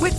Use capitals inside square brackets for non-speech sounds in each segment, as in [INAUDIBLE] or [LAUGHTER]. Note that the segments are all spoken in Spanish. With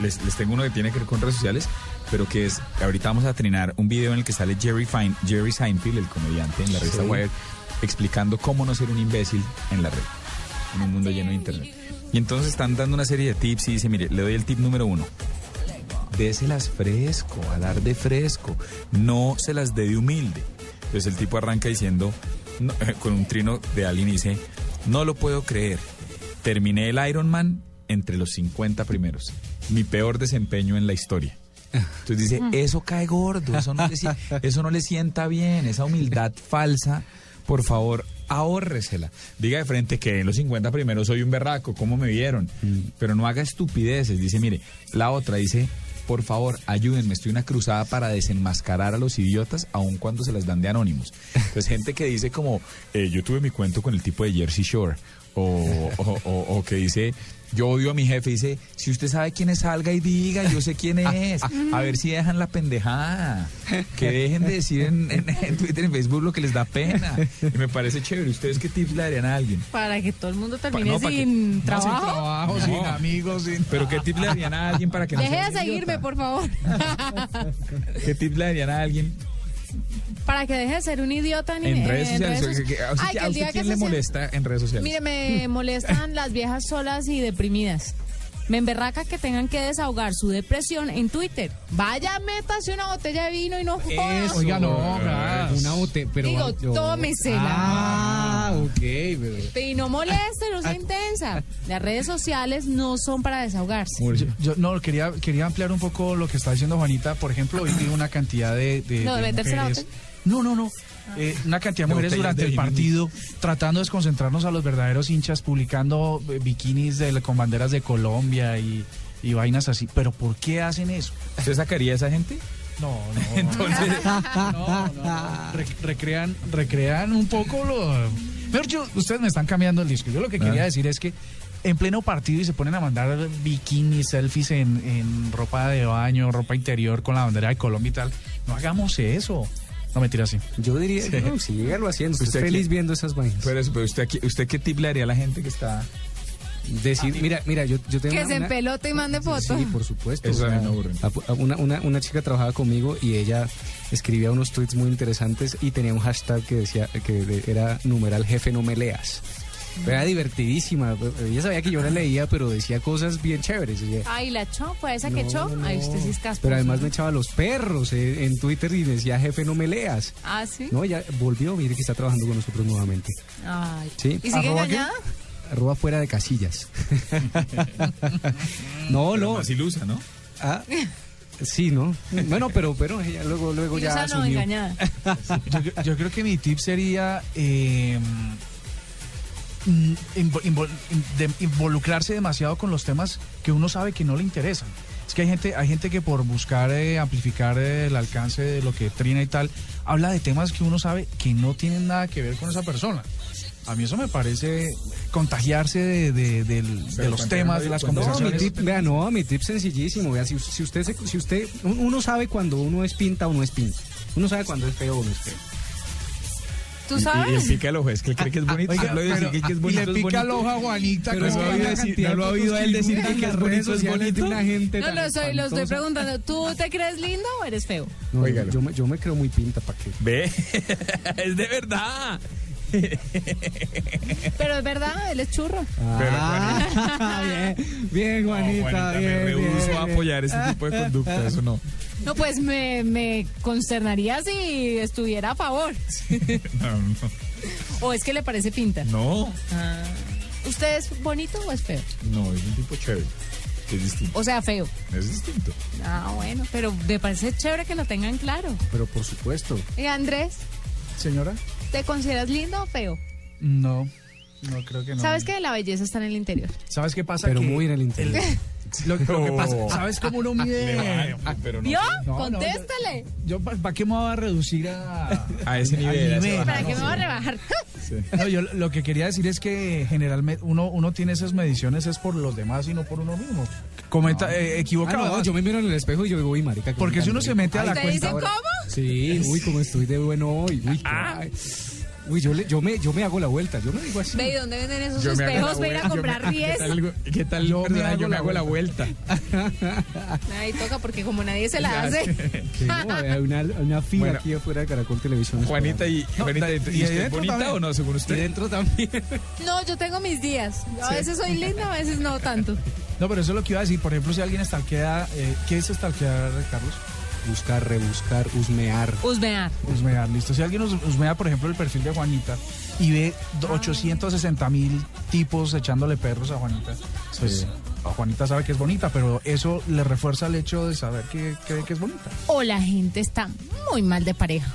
Les, les tengo uno que tiene que ver con redes sociales, pero que es, ahorita vamos a trinar un video en el que sale Jerry, Fein, Jerry Seinfeld, el comediante en la revista Wired, explicando cómo no ser un imbécil en la red, en un mundo lleno de internet. Y entonces están dando una serie de tips y dice, mire, le doy el tip número uno. Déselas fresco, a dar de fresco, no se las dé de humilde. Entonces el tipo arranca diciendo, no, eh, con un trino de alguien y dice, no lo puedo creer, terminé el Ironman entre los 50 primeros, mi peor desempeño en la historia. Entonces dice, eso cae gordo, eso no, le, si- eso no le sienta bien, esa humildad falsa, por favor, ahórresela. Diga de frente que en los 50 primeros soy un berraco, ¿cómo me vieron? Pero no haga estupideces. Dice, mire, la otra dice, por favor, ayúdenme, estoy en una cruzada para desenmascarar a los idiotas, aun cuando se las dan de anónimos. Entonces, gente que dice como, eh, yo tuve mi cuento con el tipo de Jersey Shore, o, o- o- o que dice, yo odio a mi jefe, dice, si usted sabe quién es, salga y diga, yo sé quién es, a ver si dejan la pendejada, que dejen de decir en, en- en Twitter, en Facebook lo que les da pena. Y me parece chévere, ¿ustedes qué tips le darían a alguien? Para que todo el mundo Pa- termine no, pa' que- sin no, trabajo. sin amigos, sin... Pero qué tips le darían a alguien para que no Deje sea de un seguirme, idiota? por favor. [LAUGHS] ¿Qué tips le darían a alguien Para que deje de ser un idiota ni en redes sociales? ¿A redes sociales. usted, qué- Ay, que a el usted día que quién se le sienta- molesta en redes sociales? Mire, me [LAUGHS] molestan las viejas solas y deprimidas. Me emberraca que tengan que desahogar su depresión en Twitter. Vaya, métase una botella de vino y no joda. Eso. Oiga, no, ah. claro, una bote, pero... Digo, yo- tómesela. Ah, ok, pero... Y no moleste, Ah, no sea intensa. Las redes sociales no son para desahogarse. Murcia. Yo, no, quería, quería ampliar un poco lo que está diciendo Juanita. Por ejemplo, hoy vi una cantidad de, de, No, de de meterse la mujeres. No, no, no. Eh, una cantidad de De mujeres botellas durante de el vino. partido tratando de desconcentrarnos a los verdaderos hinchas, publicando eh, bikinis de- con banderas de Colombia y, y vainas así. Pero ¿por qué hacen eso? ¿Usted sacaría a esa gente? No, [LAUGHS] no. Entonces, Rec- recrean, recrean un poco lo. Mejor yo, ustedes me están cambiando el disco. Yo lo que quería decir es que en pleno partido y se ponen a mandar bikinis, selfies en, en ropa de baño, ropa interior con la bandera de Colombia y tal. No hagamos eso. No mentira así. Yo diría, no, si llega lo haciendo, usted, ¿Usted es feliz quién? viendo esas Pues, vainas. pero, pero usted, aquí- ¿usted qué tip le daría a la gente que está... Decir, mira, mira, yo, yo tengo Que una- se una- empelote y mande fotos. Sí, por supuesto. Eso o sea, a mí me aburre. apu- a- Una, una, una chica trabajaba conmigo y ella escribía unos tweets muy interesantes y tenía un hashtag que decía que de- era numeral jefe no me leas. Pero Era divertidísima. Ella sabía que yo la leía, pero decía cosas bien chéveres. Ella- Ay, la chopa, esa que No, chopa. no, Ay, usted sí es casposo. Pero además me echaba los perros eh, en Twitter y decía jefe no me leas. Ah, sí. No, ella volvió, mire que está trabajando con nosotros nuevamente. Ay, Sí. ¿Y sigue ¿Arroba qué? engañada? Arroba fuera [LAUGHS] de casillas. no, pero no. más ilusa, ¿no? Ah, sí, ¿no? Bueno, pero, pero ella luego, luego Y ya esa no, asumió. engañada. yo, cre- yo creo que mi tip sería eh, mm, invo- invol- in- de- involucrarse demasiado con los temas que uno sabe que no le interesan. Es que hay gente, hay gente que por buscar eh, amplificar eh, el alcance de lo que trina y tal, habla de temas que uno sabe que no tienen nada que ver con esa persona. A mí eso me parece contagiarse de, de- del- de Pero los cuando temas, era de las radio, cuando No, mi conversaciones. tip, vea, no, mi tip sencillísimo. Vea, si, si usted, se- si usted, un- uno sabe cuando uno es pinta o no es pinta. Uno sabe cuando es feo o no es feo. [LAUGHS] ¿Tú Y- Y, el sabes? pica el ojo, es que él cree que es bonito. Ah, Oiga, Solo decir pero- que- que es y bonito le es pica el bonito. ojo a Juanita. Pero con no la ha oído cantidad decir- de no lo ha fotos oído a él decir inunda que en es las bonito, redes es sociales de bonito. una gente. No, lo, soy, lo estoy preguntando. ¿Tú te crees lindo o eres feo? No, yo, Óigalo. yo me, yo me creo muy pinta, ¿para qué? Ve, [LAUGHS] es de verdad. Pero es verdad, él es churro. Ah, [LAUGHS] bien, bien, Juanita, Juanita, me bien, bien, rehuso a bien. apoyar ese tipo [LAUGHS] de conducta, eso no. No, pues me, me consternaría si estuviera a favor. No, ¿O es que le parece pinta? no, ¿Usted es bonito o es feo? no, no, es un tipo chévere. que Es distinto, O sea, feo. es distinto. Ah, bueno, pero me parece chévere que lo tengan claro. Pero por supuesto. Y Andrés, Señora, ¿te consideras lindo o feo? no. No creo que no. ¿Sabes que La belleza está en el interior. ¿Sabes qué pasa? Pero Que muy en [LAUGHS] el interior. Lo, lo que pasa, ¿sabes cómo uno mide? Pero no. ¿Vio? no, Contéstale. Yo, ¿para qué me voy a reducir a, [LAUGHS] A ese al nivel, a ese nivel? bajo. ¿Para No, qué me voy a rebajar? No, yo lo- lo que quería decir es que generalmente uno, uno tiene esas mediciones es por los demás y no por uno mismo. Comenta, eh, Ah, equivoca. no, yo me miro en el espejo y yo digo, uy, marica. qué Porque si uno se mete bonita a la ¿Te dice cuenta. cómo? Sí, uy, como estoy de bueno hoy. Uy, qué- Ah. ay. Uy, yo, le- yo, me, yo me hago la vuelta, yo me digo así. Ve, ¿y dónde venden esos Yo me hago espejos? la Ven a vuelta, yo me- comprar ¿Qué 10. tal, qué tal Yo me perdona, hago yo me la hago la vuelta? Ahí toca, porque como nadie se la hace. Que no, hay una, una fila Bueno. aquí afuera de Caracol Televisión. Juanita y, No, Juanita, da- ¿y y usted ahí es dentro bonita también. o no, según Y usted? dentro también. No, yo tengo mis días. A veces soy linda, a veces no tanto. No, pero eso es lo que iba a decir. Por ejemplo, si alguien estalquea, eh, ¿qué es estalquear, Carlos? Buscar, rebuscar, husmear. Usmear. Husmear, listo. Si alguien us- husmea, por ejemplo, el perfil de Juanita y ve Ah. 860 mil tipos echándole perros a Juanita, pues a Juanita sabe que es bonita, pero eso le refuerza el hecho de saber que cree que es bonita. O la gente está muy mal de pareja.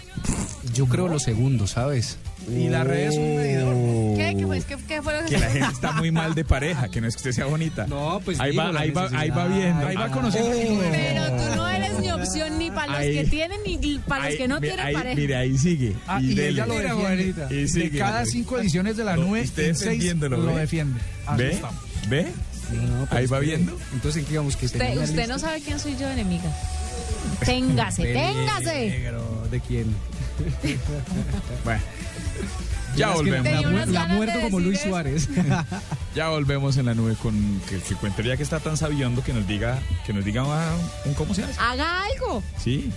Yo creo lo segundo, ¿sabes? Oh, Y la red es un medidor. ¿Qué? ¿Qué fue? ¿Qué, qué fue lo Que la gente está muy mal de pareja, que no es que usted sea bonita. No, pues ahí digo, va, la ahí va, ahí va necesidad. viendo. Ahí va conociendo. Pero tú no eres ni opción ni para los Ahí. que tienen ni para los Ahí, que no mi- tienen ahí, pareja. Mire, ahí sigue. Ah, y, dele. ella lo Mira, defiende. Juanita. Y de sigue. cada cinco ediciones de la No, nube, usted en seis defendiéndolo, lo ¿ve? defiende. Así ¿Ve? estamos. ¿Ve? No, pero Ahí va espere. viendo. Entonces, ¿en qué vamos? Que Usted, usted no sabe quién soy yo, enemiga. Téngase, téngase. Negro, ¿de quién? Bueno. Ya Es que la- volvemos. Tenía La, unas muer- la ganas de muerto como decir Luis eso. Suárez. Ya volvemos en la nube con que, que cuento ya que está tan sabiondo que nos diga, que nos diga ah, un cómo se hace. Haga algo. Sí.